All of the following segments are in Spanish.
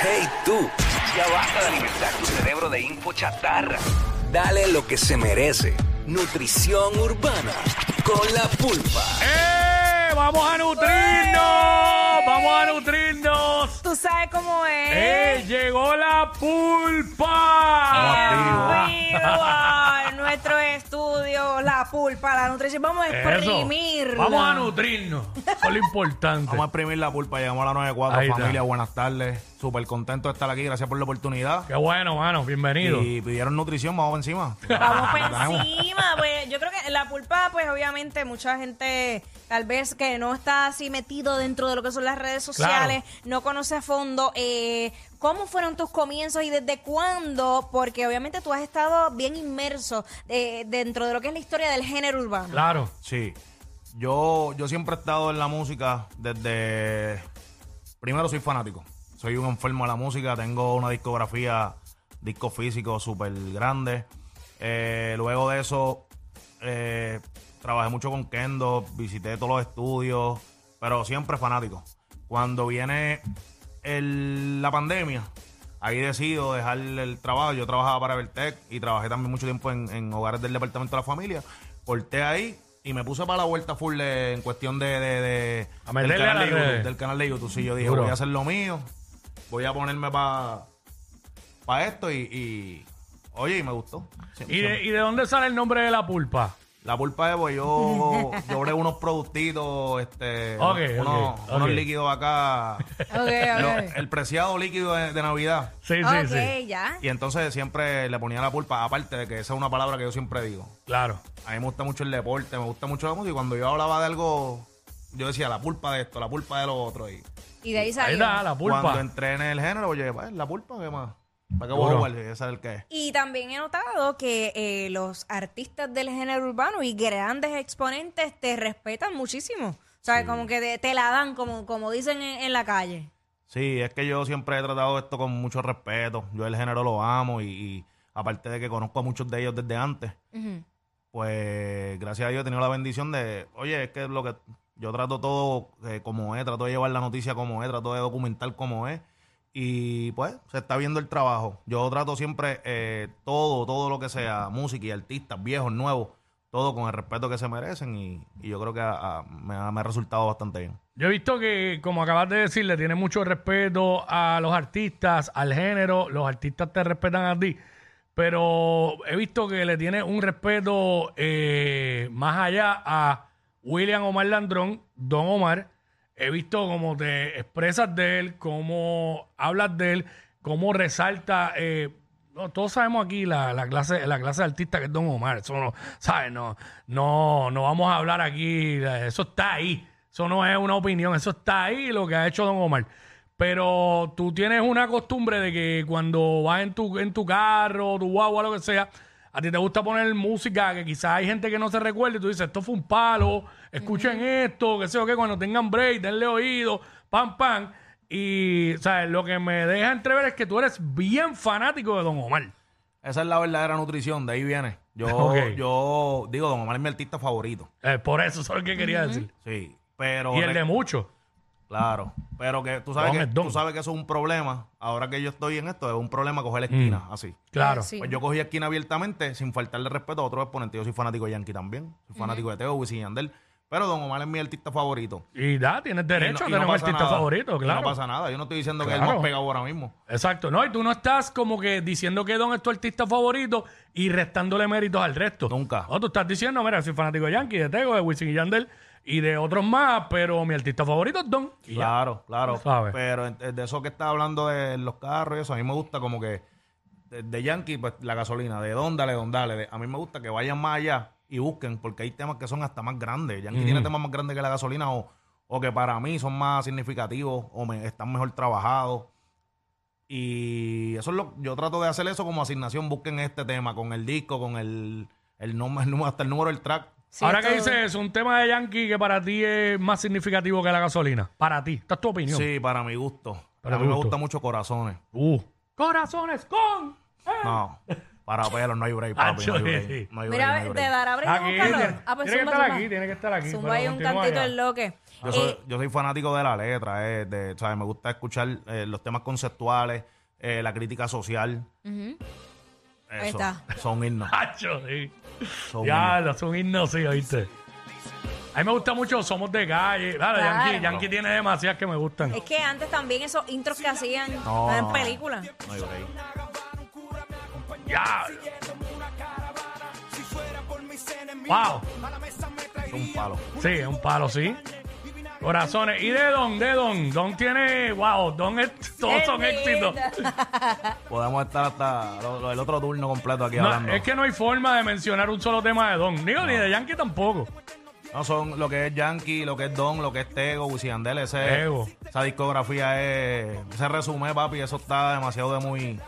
Hey tú, ya basta de alimentar tu cerebro de info chatarra. Dale lo que se merece. Nutrición urbana con la pulpa. ¡Eh! ¡Vamos a ¡Eh! nutrirnos! ¡Vamos a nutrirnos! Tú sabes cómo ¡Eh! es. ¡Llegó la pulpa! Arriba, en nuestro estudio, la pulpa, la nutrición. Vamos a exprimir. Vamos a nutrirnos. Eso es lo importante. Vamos a exprimir la pulpa, llegamos a la Ahí 94, está. familia, buenas tardes. Súper contento de estar aquí, gracias por la oportunidad. Qué bueno, mano. Bienvenido. Y pidieron nutrición, vamos para encima. Vamos La por tenemos. encima. Pues yo creo que la pulpa, pues obviamente mucha gente tal vez que no está así metido dentro de lo que son las redes sociales, no conoce a fondo. eh, ¿Cómo fueron tus comienzos y desde cuándo? Porque obviamente tú has estado bien inmerso eh, dentro de lo que es la historia del género urbano. Claro. Sí, yo, yo siempre he estado en la música desde... Primero soy fanático, soy un enfermo de la música, tengo una discografía, disco físico súper grande. Eh, luego de eso, eh, trabajé mucho con Kendo, visité todos los estudios, pero siempre fanático. Cuando viene el- la pandemia, ahí decido dejar el trabajo. Yo trabajaba para Vertec y trabajé también mucho tiempo en, en hogares del departamento de la familia. Corté ahí y me puse para la vuelta full de- en cuestión de, de- de- A del, meterle a canal las de YouTube, redes. del canal de YouTube. Sí, yo dije, Duro. voy a hacer lo mío, voy a ponerme para esto y, y- Oye, y me gustó. Sí, ¿Y sí. de, y de dónde sale el nombre de la pulpa? La pulpa es porque yo, yo brego unos productitos, este, Ok, unos, ok, unos ok. líquidos acá. Lo- el preciado líquido de, de Navidad. eh, Sí, sí, ok, sí. ya. Y entonces siempre le ponía la pulpa, aparte de que esa es una palabra que yo siempre digo. Claro. A mí me gusta mucho el deporte, me gusta mucho la música. Y cuando yo hablaba de algo, yo decía la pulpa de esto, la pulpa de lo otro. Y Y de ahí Ahí salió. está, la cuando pulpa. entré en el género, oye, pues, la pulpa, ¿qué más? ¿Para qué voy a Duro. jugar? Ese es el que es. Y también he notado que eh, los artistas del género urbano y grandes exponentes te respetan muchísimo. O sea, como que te, te la dan, como, como dicen en, en la calle. Sí, es que yo siempre he tratado esto con mucho respeto. Yo el género lo amo y, y aparte de que conozco a muchos de ellos desde antes, Ujú. pues gracias a Dios he tenido la bendición de, oye, es que lo que yo trato todo eh, como es, trato de llevar la noticia como es, trato de documentar como es y pues se está viendo el trabajo. Yo trato siempre eh, todo, todo lo que sea, música y artistas, viejos, nuevos, todo con el respeto que se merecen y, y yo creo que a- a- me, ha, me ha resultado bastante bien. Yo he visto que, como acabas de decir, le tiene mucho respeto a los artistas, al género, los artistas te respetan a ti, pero he visto que le tiene un respeto eh, más allá a William Omar Landrón, Don Omar. He visto cómo te expresas de él, cómo hablas de él, cómo resalta... eh, no, todos sabemos aquí la, la clase la clase de artista que es Don Omar. Eso no, ¿sabes? No, no, no vamos a hablar aquí. Eso está ahí. Eso no es una opinión. Eso está ahí lo que ha hecho Don Omar. Pero tú tienes una costumbre de que cuando vas en tu, en tu carro, tu guagua, lo que sea, a ti te gusta poner música que quizás hay gente que no se recuerde y tú dices, esto fue un palo, escuchen esto, que sé yo qué, cuando tengan break, denle oído, pam, pam. Y, ¿sabes? Lo que me deja entrever es que tú eres bien fanático de Don Omar. Esa es la verdadera nutrición, de ahí viene. Yo, Ok. yo digo, Don Omar es mi artista favorito. Eh, por eso, eso es lo que quería decir. Sí, pero... Y el de muchos. Claro, pero que tú sabes Don que, es don. tú sabes que eso es un problema. Ahora que yo estoy en esto, es un problema coger la Mm. esquina, así. Claro. Sí. Pues yo cogí esquina abiertamente, sin faltarle respeto a otros exponentes. Yo soy fanático de Yankee también, soy fanático de Teo, Wisin y Yandel. Pero Don Omar es mi artista favorito. Y da, tienes derecho Y a no- y no tener un pasa artista nada. favorito, Y claro. No pasa nada, yo no estoy diciendo que él Claro. no ha pegado ahora mismo. Exacto. No, y tú no estás como que diciendo que Don es tu artista favorito y restándole méritos al resto. Nunca. No, tú estás diciendo, mira, soy fanático de Yankee, de Tego, de Wisin y Yandel y de otros más, pero mi artista favorito es Don. Y ya. Claro, claro. Tú sabes. Pero en- de eso que está hablando de los carros y eso, a mí me gusta como que de, de Yankee, pues la gasolina, de Don, dale, Don, dale. de- a mí me gusta que vayan más allá y busquen, porque hay temas que son hasta más grandes. Yankee tiene temas más grandes que la gasolina o, o que para mí son más significativos o me- están mejor trabajados. Y eso es lo yo trato de hacer eso como asignación. Busquen este tema con el disco, con el, el, nom- el número, hasta el número del track. Sí, Ahora esto- que dices eso, un tema de Yankee que para ti es más significativo que la gasolina. Para ti. Esta es tu opinión. Sí, para mi gusto. Para a tu mí me gusto. gusta mucho Corazones. Uh. Corazones con. No, para pelos no hay break, Ah, papi. No hay break. No hay break, no hay Mira, break. te dará break Aquí, un calor. tiene- tiene que estar aquí, tiene que estar aquí, Ah, pues Zumba pero ahí un continúa cantito ya. en loque. Yo Eh, soy, yo soy fanático de la letra, eh, de, ¿sabes? me gusta escuchar eh, los temas conceptuales, eh, la crítica social. Eso, Ahí está. Son himnos. Hacho, sí. Son Ah, Ya, himnos. los son himnos, sí, oíste. A mí me gusta mucho Somos de Calle. Claro, Claro. Yankee, Yankee tiene demasiadas que me gustan. es que antes también esos intros que hacían No, en no. películas. No hay break. Ya. Wow. Es un palo. Sí, es un palo, sí. Corazones. ¿Y de Don? De Don. Don tiene. Wow, Don es. Todos son Qué éxitos. linda. Podemos estar hasta lo- lo- el otro turno completo aquí No, hablando. es que no hay forma de mencionar un solo tema de Don. Digo, ni de Yankee tampoco. No son lo que es Yankee, lo que es Don, lo que es Tego, Wisin Yandel, ese, Tego. esa discografía es, ese resumen, papi, eso está demasiado de muy,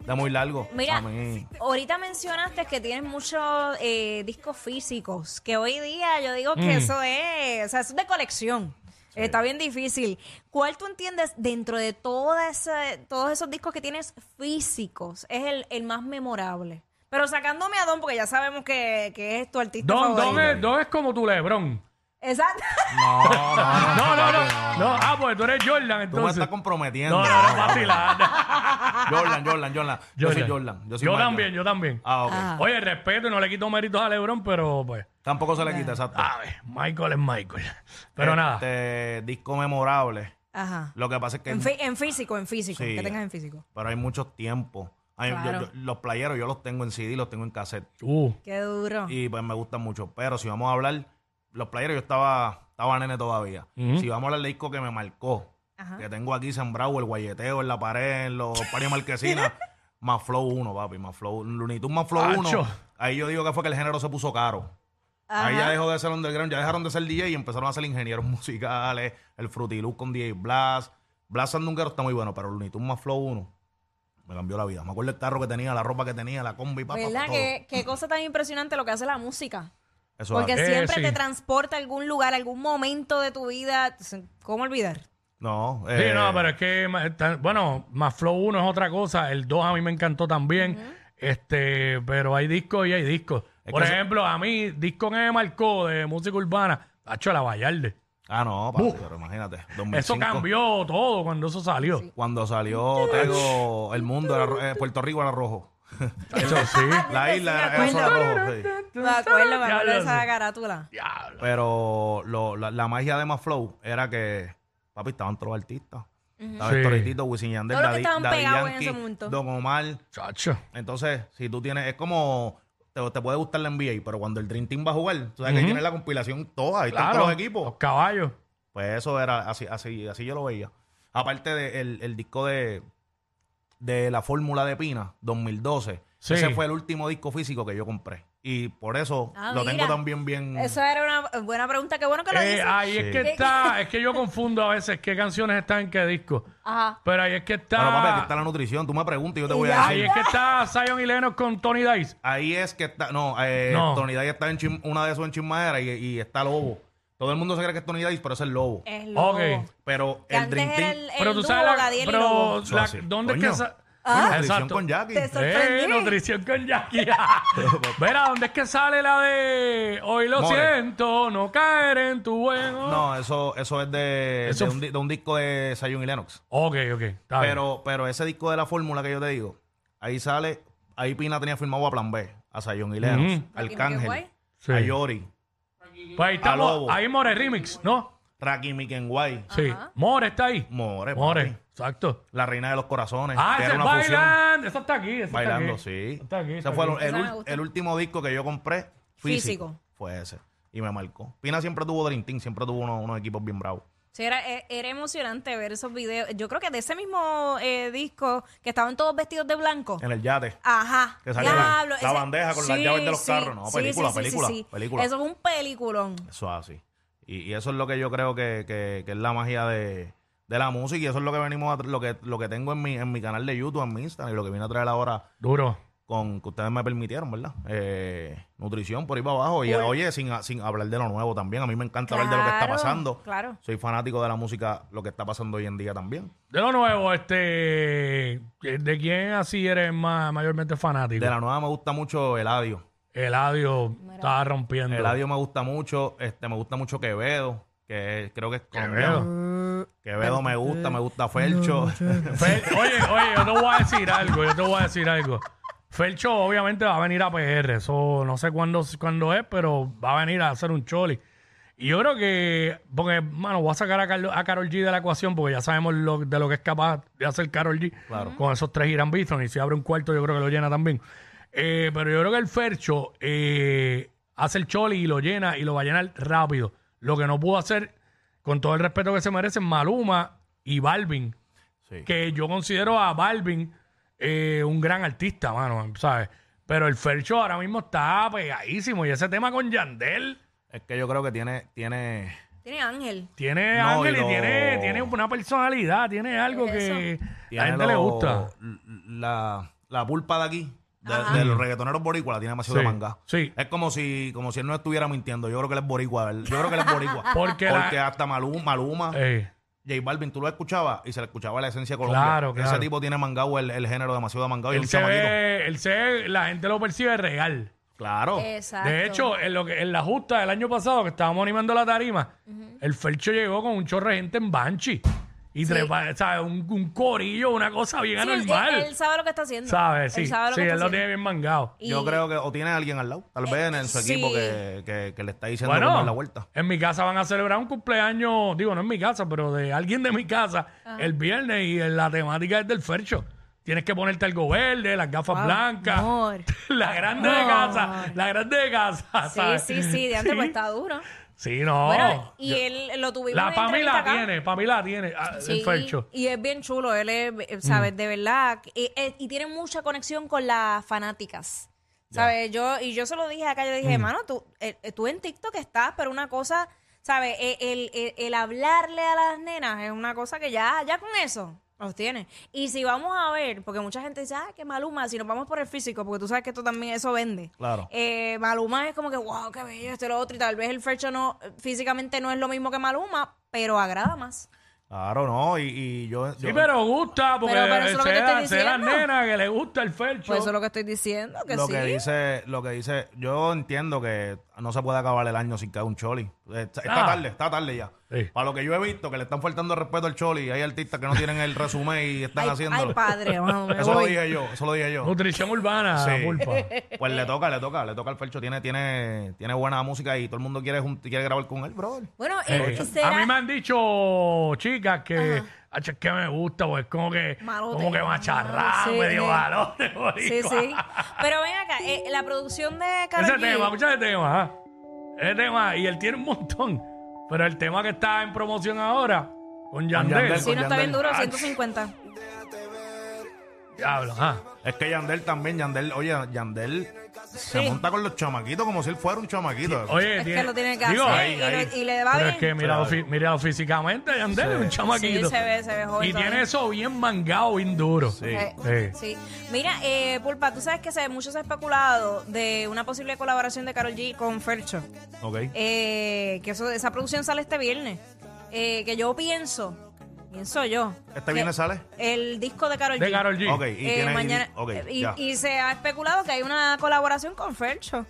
de muy largo. Mira, A mí- ahorita mencionaste que tienes muchos eh, discos físicos, que hoy día yo digo Mm. que eso es, o sea, eso es de colección. Está bien difícil. ¿Cuál tú entiendes dentro de toda esa- todos esos discos que tienes físicos es el, el más memorable? Pero sacándome a Don, porque ya sabemos que, que es tu artista Don, favorito. Don es, Don es como tu Lebron. Exacto. No, no, no, No, no, no. no. Ah, porque tú eres Jordan, Tú me entonces. estás comprometiendo. No, no, no, vacilando. Jordan, Jordan, Jordan. Yo soy Jordan. Yo, soy Michael. también, yo también. Ah, ok. Oye, respeto y no le quito méritos a Lebron, pero pues. Tampoco se le quita, exacto. A ver, Michael es Michael. Ah, Pero nada. Este disco memorable. Ajá. Lo que pasa es que. En, fi- en físico, en físico, Sí. que tengas en físico. Pero hay muchos tiempos. Hay- yo- Claro. yo- los playeros yo los tengo en CD, los tengo en cassette. Uh, Qué duro. Y pues me gustan mucho. Pero si vamos a hablar. Los playeros yo estaba, estaba nene todavía. Ujú. Si vamos a hablar del disco que me marcó. Ajá. Que tengo aquí sembrado el guayeteo en la pared, en los parios marquesinas. más Flow 1, papi. Más Flow. Looney Tunes más Flow 1. Acho. Ahí yo digo que fue que el género se puso caro. Ahí ya dejó de ser underground, ya dejaron de ser DJ y empezaron a ser ingenieros musicales, el Frutiluz con DJ Blas. Blas Sandunguero está muy bueno, pero Looney Tunes más Flow 1 me cambió la vida. Me acuerdo el carro que tenía, la ropa que tenía, la combi, papá, ¿Verdad? todo. Qué, qué cosa tan impresionante lo que hace la música. Eso Porque es- Eh, siempre sí. te transporta a algún lugar, a algún momento de tu vida. ¿Cómo olvidar? No, Sí, eh, no, pero es que, ma- está- bueno, más Flow 1 es otra cosa, el 2 a mí me encantó también, este, pero hay discos y hay discos. Es Por que eso- ejemplo, a mí, disco que me marcó de música urbana, Hacho La Vallarde. Ah, no, papi, pero imagínate. 2005, Eso cambió todo cuando eso salió. Cuando salió Tego, el mundo, era ro- eh, Puerto Rico era rojo. Eso sí. La isla era solo rojo. sí. Me acuerdo, me acuerdo de Diablo, esa sí. carátula. Diablo. Pero lo- la, la magia de Más Flow era que, papi, estaban todos los artistas. Estaba Sí. Héctor Tito, Wisin Yandel, Todos los que Daddy- estaban Daddy pegados en Yankee, ese momento. Don Omar. Chacho. Entonces, si tú tienes, es como, te, te puede gustar la NBA, pero cuando el Dream Team va a jugar, tú sabes que tiene la compilación toda, ahí están Claro, todos los equipos. Los caballos. Pues eso era, así, así, así yo lo veía. Aparte del el disco de, de la fórmula de Pina, 2012. Sí. Ese fue el último disco físico que yo compré. Y por eso Ah, lo mira. tengo también bien... Esa era una buena pregunta. Qué bueno que lo Eh, dices. ahí Sí. es que está, es que yo confundo a veces qué canciones están en qué disco. Ajá. Pero ahí es que está. Pero Ah. papi, aquí está la nutrición. Tú me preguntas y yo te voy a Ahí decir. es que está Zion y Lennox con Tony Dice. Ahí es que está. No, eh, No. Tony Dice está en chim- una de esos en Chismadera y, y está Lobo. Todo el mundo se cree que es Tony Dice, pero ese es el Lobo. Es lobo. Ok. Pero Eh, Que el antes Dream era Team. el, Pero el tú dúo sabes la, Gadiel y pero Lobo. Ah. Eso la- así. ¿dónde Coño. es que sa- Coño, nutrición Exacto. con Jackie. Te sor- Eh, Eh, Sorprendí. nutrición con Jackie. Verá, ¿dónde es que sale la de Hoy lo More. siento, no caer en tu buen ojo"? No, eso, eso es de, Eso de f- un, di- de un disco de Zion y Lennox. Ok, ok. Está bien. Pero, pero ese disco de la fórmula que yo te digo, ahí sale, ahí Pina tenía firmado a Plan B, a Zion y Lennox, Ujú. al Guay. Cángel, Sí. a Yori, Pues ahí a estamos. Lobo. Ahí More Remix, ¿no? Raki Mikenway, Sí. More está ahí. More, More, papi. exacto. La Reina de los Corazones, Ah, que ese era es una fusión. bailando. Eso está aquí. Eso Bailando, está aquí. sí. Está aquí, está ese fue eh. aquí. el- el, Esa me ul- gusta. el último disco que yo compré físico, Físico. Fue ese. Y me marcó. Pina siempre tuvo Dream Team, siempre tuvo unos, unos equipos bien bravos. Sí, era, e- era emocionante ver esos videos. Yo creo que de ese mismo eh, disco, que estaban todos vestidos de blanco. En el yate. Ajá. Que salió Diablo, la- la bandeja con las llaves de los carros. No, película, película, película. Eso es un peliculón. Eso es así. Y, y eso es lo que yo creo que, que- que es la magia de, de la música y eso es lo que venimos a tra- lo que lo que tengo en mi en mi canal de YouTube, en mi Instagram y lo que vine a traer ahora Duro. con que ustedes me permitieron, ¿verdad? Eh, nutrición por ahí para abajo. Y oye, sin, sin hablar de lo nuevo también. A mí me encanta hablar de lo que está Claro, pasando. claro. Soy fanático de la música, lo que está pasando hoy en día también. De lo nuevo, este. ¿De quién así eres más mayormente fanático? De la nueva me gusta mucho Eladio. Eladio estaba rompiendo. Eladio me gusta mucho. Este, me gusta mucho Quevedo, que es- creo que es Quevedo. colombiano. Quevedo me gusta, me gusta Felcho. Fel- oye, oye, yo te voy a decir algo, yo te voy a decir algo. Felcho obviamente va a venir a PR, eso no sé cuándo, cuándo es, pero va a venir a hacer un choli. Y yo creo que, porque, mano, voy a sacar a, Carlo- a Carol G de la ecuación, porque ya sabemos lo- de lo que es capaz de hacer Carol G con esos tres Irán Bison, y si abre un cuarto yo creo que lo llena también. Eh, pero yo creo que el Fercho eh, hace el choli y lo llena, y lo va a llenar rápido. Lo que no pudo hacer, con todo el respeto que se merecen, Maluma y Balvin, Sí. que yo considero a Balvin eh, un gran artista, mano, ¿sabes? Pero el Fercho ahora mismo está pegadísimo y ese tema con Yandel Es que yo creo que tiene, tiene, Tiene Ángel. tiene No, ángel y, y lo- tiene, tiene una personalidad, tiene algo que tiene a la gente le lo- gusta. La, la pulpa de aquí, de, de los reggaetoneros boricuas, la tiene demasiado Sí, de manga. sí. Es como si, como si él no estuviera mintiendo. Yo creo que él es boricua. él- Yo creo que él es boricua. Porque la- hasta Maluma, Maluma Eh, J Balvin, tú lo escuchabas y se le escuchaba la esencia colombiana. Claro, claro. Ese tipo tiene mangado el, el género demasiado de mangado y es él, un se chamaquito. ve- él se ve- la gente lo percibe real. Claro. Exacto. De hecho, en, lo que, en la justa del año pasado que estábamos animando la tarima, el Fercho llegó con un chorro de gente en Banshee. Y trepa- o sea, un, un corillo, una cosa bien Sí, él- anormal. Él, él sabe lo que está haciendo. ¿Sabes? Sí, Él sabe lo sí, que está él lo haciendo. tiene bien mangado. Y- Eh, Yo creo que o tiene alguien al lado, tal vez en, su sí. equipo que, que- que le está diciendo cómo Bueno, es la vuelta. en mi casa van a celebrar un cumpleaños, digo, no en mi casa, pero de alguien de mi casa Ah. el viernes y la temática es del Fercho. Tienes que ponerte algo verde, las gafas blancas. amor. La grande de casa, la grande de casa. ¿sabes? Sí, sí, sí, de antes pues está duro. Sí, no. bueno, y él lo tuvimos la en Pami entrevista la acá. tiene, Pami la tiene, ah, Sí, el Fercho. Mm. y es bien chulo, él es, eh, sabes, de verdad, y, eh, y tiene mucha conexión con las fanáticas. ¿Sabes? Yo, y yo se lo dije acá, yo Mm. dije, hermano, tú, eh, eh, tú en TikTok estás, pero una cosa, ¿sabes? Eh, El, el- el hablarle a las nenas es una cosa que ya, ya con eso los tiene. Y si vamos a ver, porque mucha gente dice, ah, que Maluma, si nos vamos por el físico, porque tú sabes que esto también, eso vende. Claro. Eh, Maluma es como que, wow, qué bello, esto y lo otro, y tal vez el Fercho no, físicamente no es lo mismo que Maluma, pero agrada más. Claro, no. Y, y yo, Sí, yo- pero gusta, porque Pero- pero eso es lo que te será, estoy será diciendo. nena que le gusta el Fercho. Pues eso es lo que estoy diciendo, que lo sí. que dice, lo que dice, yo entiendo que no se puede acabar el año sin caer un choli. Eh, Está, está Ah. tarde, está tarde ya. Sí. Para lo que yo he visto, que le están faltando el respeto al choli. Hay artistas que no tienen el resumen y están ay, haciéndolo. ay, padre, vamos, me eso lo voy. dije yo, eso lo dije yo. Nutrición urbana, Sí. la pulpa. Pues le toca, le toca, le toca al Fercho. Tiene, tiene, tiene buena música y todo el mundo quiere, jun- quiere grabar con él, brother. Bueno, eh, Eh, y será- A mí me han dicho chicas que, "Ach, es que me gusta, pues como que, Malote. como que macharrado, Sí, medio sí. valor. Sí, sí. Pero ven acá, eh, la producción de Ese Karol G- tema, escucha ese tema. ah. Ese tema, y él tiene un montón. Pero el tema que está en promoción ahora, con Yandel. Yandel, Sí, no está bien Yandel. duro, Ach. 150. Diablo, ajá. Es que Yandel también, Yandel, oye, Yandel se Sí. monta con los chamaquitos como si él fuera un chamaquito. Oye, Es tiene, que lo tiene que digo, hacer ahí, y, ahí. lo- y le va Pero bien. es que míralo, fí- míralo físicamente, Yandel, es un chamaquito. Sí, se ve, se ve joven y todavía. tiene eso bien mangado, bien duro. Eh, sí. Mira, eh, Pulpa, tú sabes que se, mucho se ha especulado de una posible colaboración de Carol G con Fercho. Ok. Eh, que eso, esa producción sale este viernes. Eh, que yo pienso, pienso yo. ¿Este que viernes sale? El disco de Carol G. De Karol G. Ok, y Eh, tiene. y- mañana- ok, eh, y, ya. y se ha especulado que hay una colaboración con Fercho.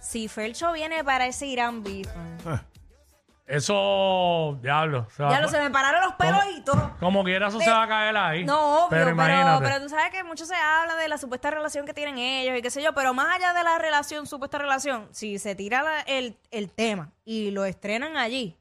Si Fercho viene para ese Irán Beat, Ah, Eh. Eso, diablo. se va ya a- pues, lo se me pararon los pelos y todo. Como quiera, eso Pe- se va a caer ahí. No, obvio, pero, pero, imagínate. tú sabes que mucho se habla de la supuesta relación que tienen ellos y qué sé yo, pero más allá de la relación, supuesta relación, si se tira la- el, el tema y lo estrenan allí,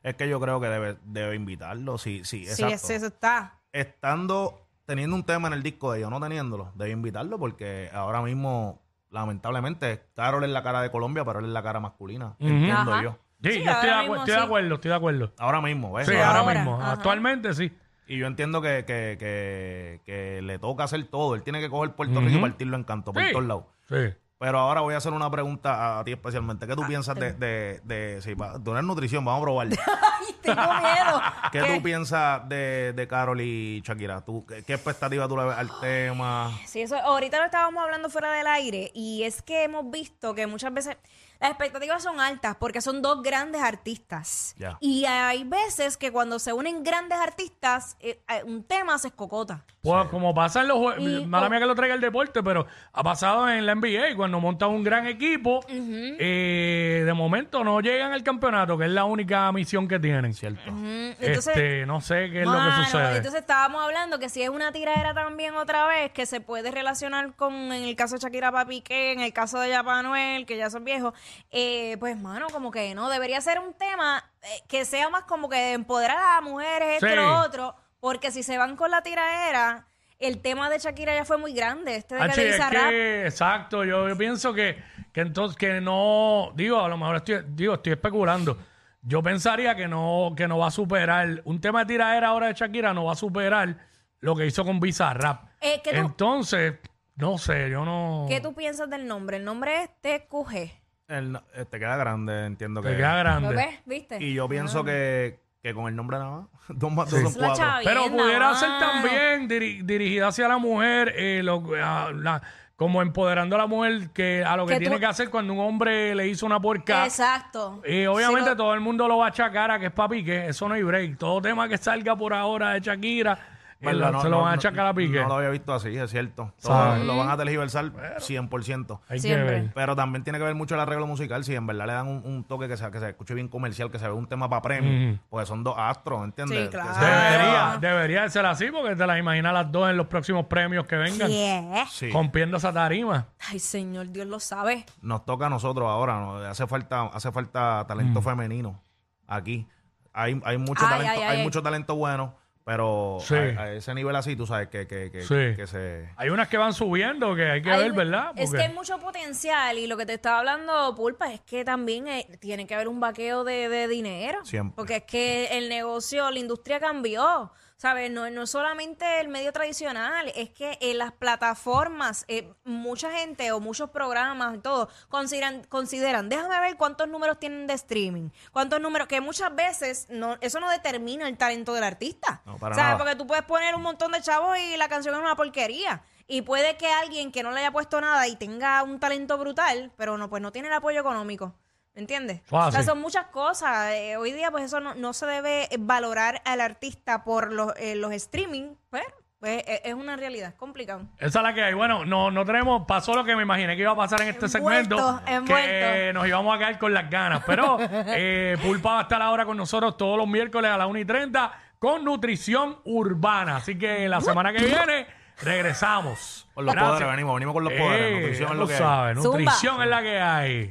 Es que yo creo que debe, debe invitarlo. Sí, sí, si exacto. ese- eso está. Estando teniendo un tema en el disco de ellos, no teniéndolo, debe invitarlo porque ahora mismo, lamentablemente, Carol es la cara de Colombia, pero él es la cara masculina. Entiendo Ajá. yo. Sí, Sí, yo estoy, de, ahora acu- mismo estoy de sí. acuerdo, estoy de acuerdo. Ahora mismo, ¿ves? Sí, ahora, ahora, mismo. ajá. Actualmente sí. Y yo entiendo que, que, que, que le toca hacer todo. Él tiene que coger Puerto Rico y partirlo en canto por Sí. todos lados. Sí. Pero ahora voy a hacer una pregunta a ti especialmente. Ah, ¿Qué tú piensas de, de, de, sí, va- tú eres nutrición, vamos a probarlo. Ay, tengo miedo. ¿Qué tú piensas de, de Carol y Shakira? ¿Tú, qué, qué expectativa tú le ves al tema? Sí, eso ahorita lo estábamos hablando fuera del aire y es que hemos visto que muchas veces las expectativas son altas porque son dos grandes artistas. Ya. Y hay veces que cuando se unen grandes artistas, eh, eh, un tema se escocota. Pues, Como pasa en los Y- juegos, mala mía que lo traiga el deporte, pero ha pasado en la NBA, cuando montas un gran equipo, eh, de momento no llegan al campeonato, que es la única misión que tienen. Cierto. Entonces- este, no sé qué es lo Mano, que sucede. Entonces estábamos hablando que si es una tiradera también otra vez, que se puede relacionar con, en el caso de Shakira Papiqué, en el caso de Yapa Noel, que ya son viejos, eh, pues mano, como que no, debería ser un tema eh, que sea más como que de empoderar a las mujeres, esto, Sí. lo otro, porque si se van con la tiradera, el tema de Shakira ya fue muy grande, este de Ah, que sí, le es hizo rap. que, exacto, yo, yo pienso que, que entonces que no, digo, a lo mejor estoy, digo, estoy especulando. Yo pensaría que no, que no va a superar, un tema de tiradera ahora de Shakira no va a superar lo que hizo con Bizarrap. Eh, ¿qué tú- entonces, no sé, yo no. ¿Qué tú piensas del nombre? El nombre es TQG. El no- eh, te queda grande, entiendo Te que. queda ¿Lo grande. ves? ¿Viste? Y yo pienso que, que con el nombre nada más, dos más dos son Es la cuatro. chavienda, Pero pudiera ser mano. también diri- dirigida hacia la mujer, eh, lo- a- la- como empoderando a la mujer que a lo que, Que tú- tiene que hacer cuando un hombre le hizo una porca. Exacto. Y obviamente Si lo- todo el mundo lo va a achacar a que es papi que eso no hay break. Todo tema que salga por ahora de Shakira, Verdad, eh, Pues no- se lo no- van a no- achacar a Piqué. No lo había visto así, es cierto. Todo Sabe. lo van a tergiversar 100%. Hay que Siempre. ver. Pero también tiene que ver mucho el arreglo musical. Si en verdad le dan un, un toque que se, que se escuche bien comercial, que se vea un tema para premio, pues son dos astros, ¿entiendes? Sí, claro. Que se Debería, vea- Ah. debería de ser así porque te las imaginas las dos en los próximos premios que vengan, Yeah. Sí. compiendo esa tarima. Ay, señor, Dios lo sabe. Nos toca a nosotros ahora. ¿no? Hace falta hace falta Mm. talento femenino aquí. Hay, hay mucho Ay, talento ay, ay, hay ay. mucho talento bueno, pero Sí. a, a ese nivel así, tú sabes que, que, que, Sí. que se... Hay unas que van subiendo que hay que Hay- ver, ¿verdad? Es que Porque- hay mucho potencial y lo que te estaba hablando, Pulpa, es que también eh, tiene que haber un vaqueo de, de dinero. Siempre. Porque es que el negocio, la industria cambió. ¿Sabes? No, no es solamente el medio tradicional, es que en las plataformas, eh, mucha gente o muchos programas y todo, consideran, consideran, déjame ver cuántos números tienen de streaming, cuántos números, que muchas veces no, eso no determina el talento del artista. No, para ¿Sabes? nada. Porque tú puedes poner un montón de chavos y la canción es una porquería. Y puede que alguien que no le haya puesto nada y tenga un talento brutal, pero no, pues no tiene el apoyo económico. ¿Me entiendes? Fácil. O sea, son muchas cosas. Eh, hoy día, pues eso no, no se debe valorar al artista por los, eh, los streaming, pero pues, es, es una realidad, es complicado. Esa es la que hay. Bueno, no, no tenemos, pasó lo que me imaginé que iba a pasar en este Envuelto, segmento. Que envuelto. nos íbamos a quedar con las ganas. Pero eh, Pulpa va a estar ahora con nosotros todos los miércoles a las 1 y 30 con nutrición urbana. Así que la semana que viene regresamos. Con los Gracias. poderes venimos, venimos con los Eh, poderes. Nutrición ya es lo tú que hay. sabes, Zumba. nutrición es la que hay.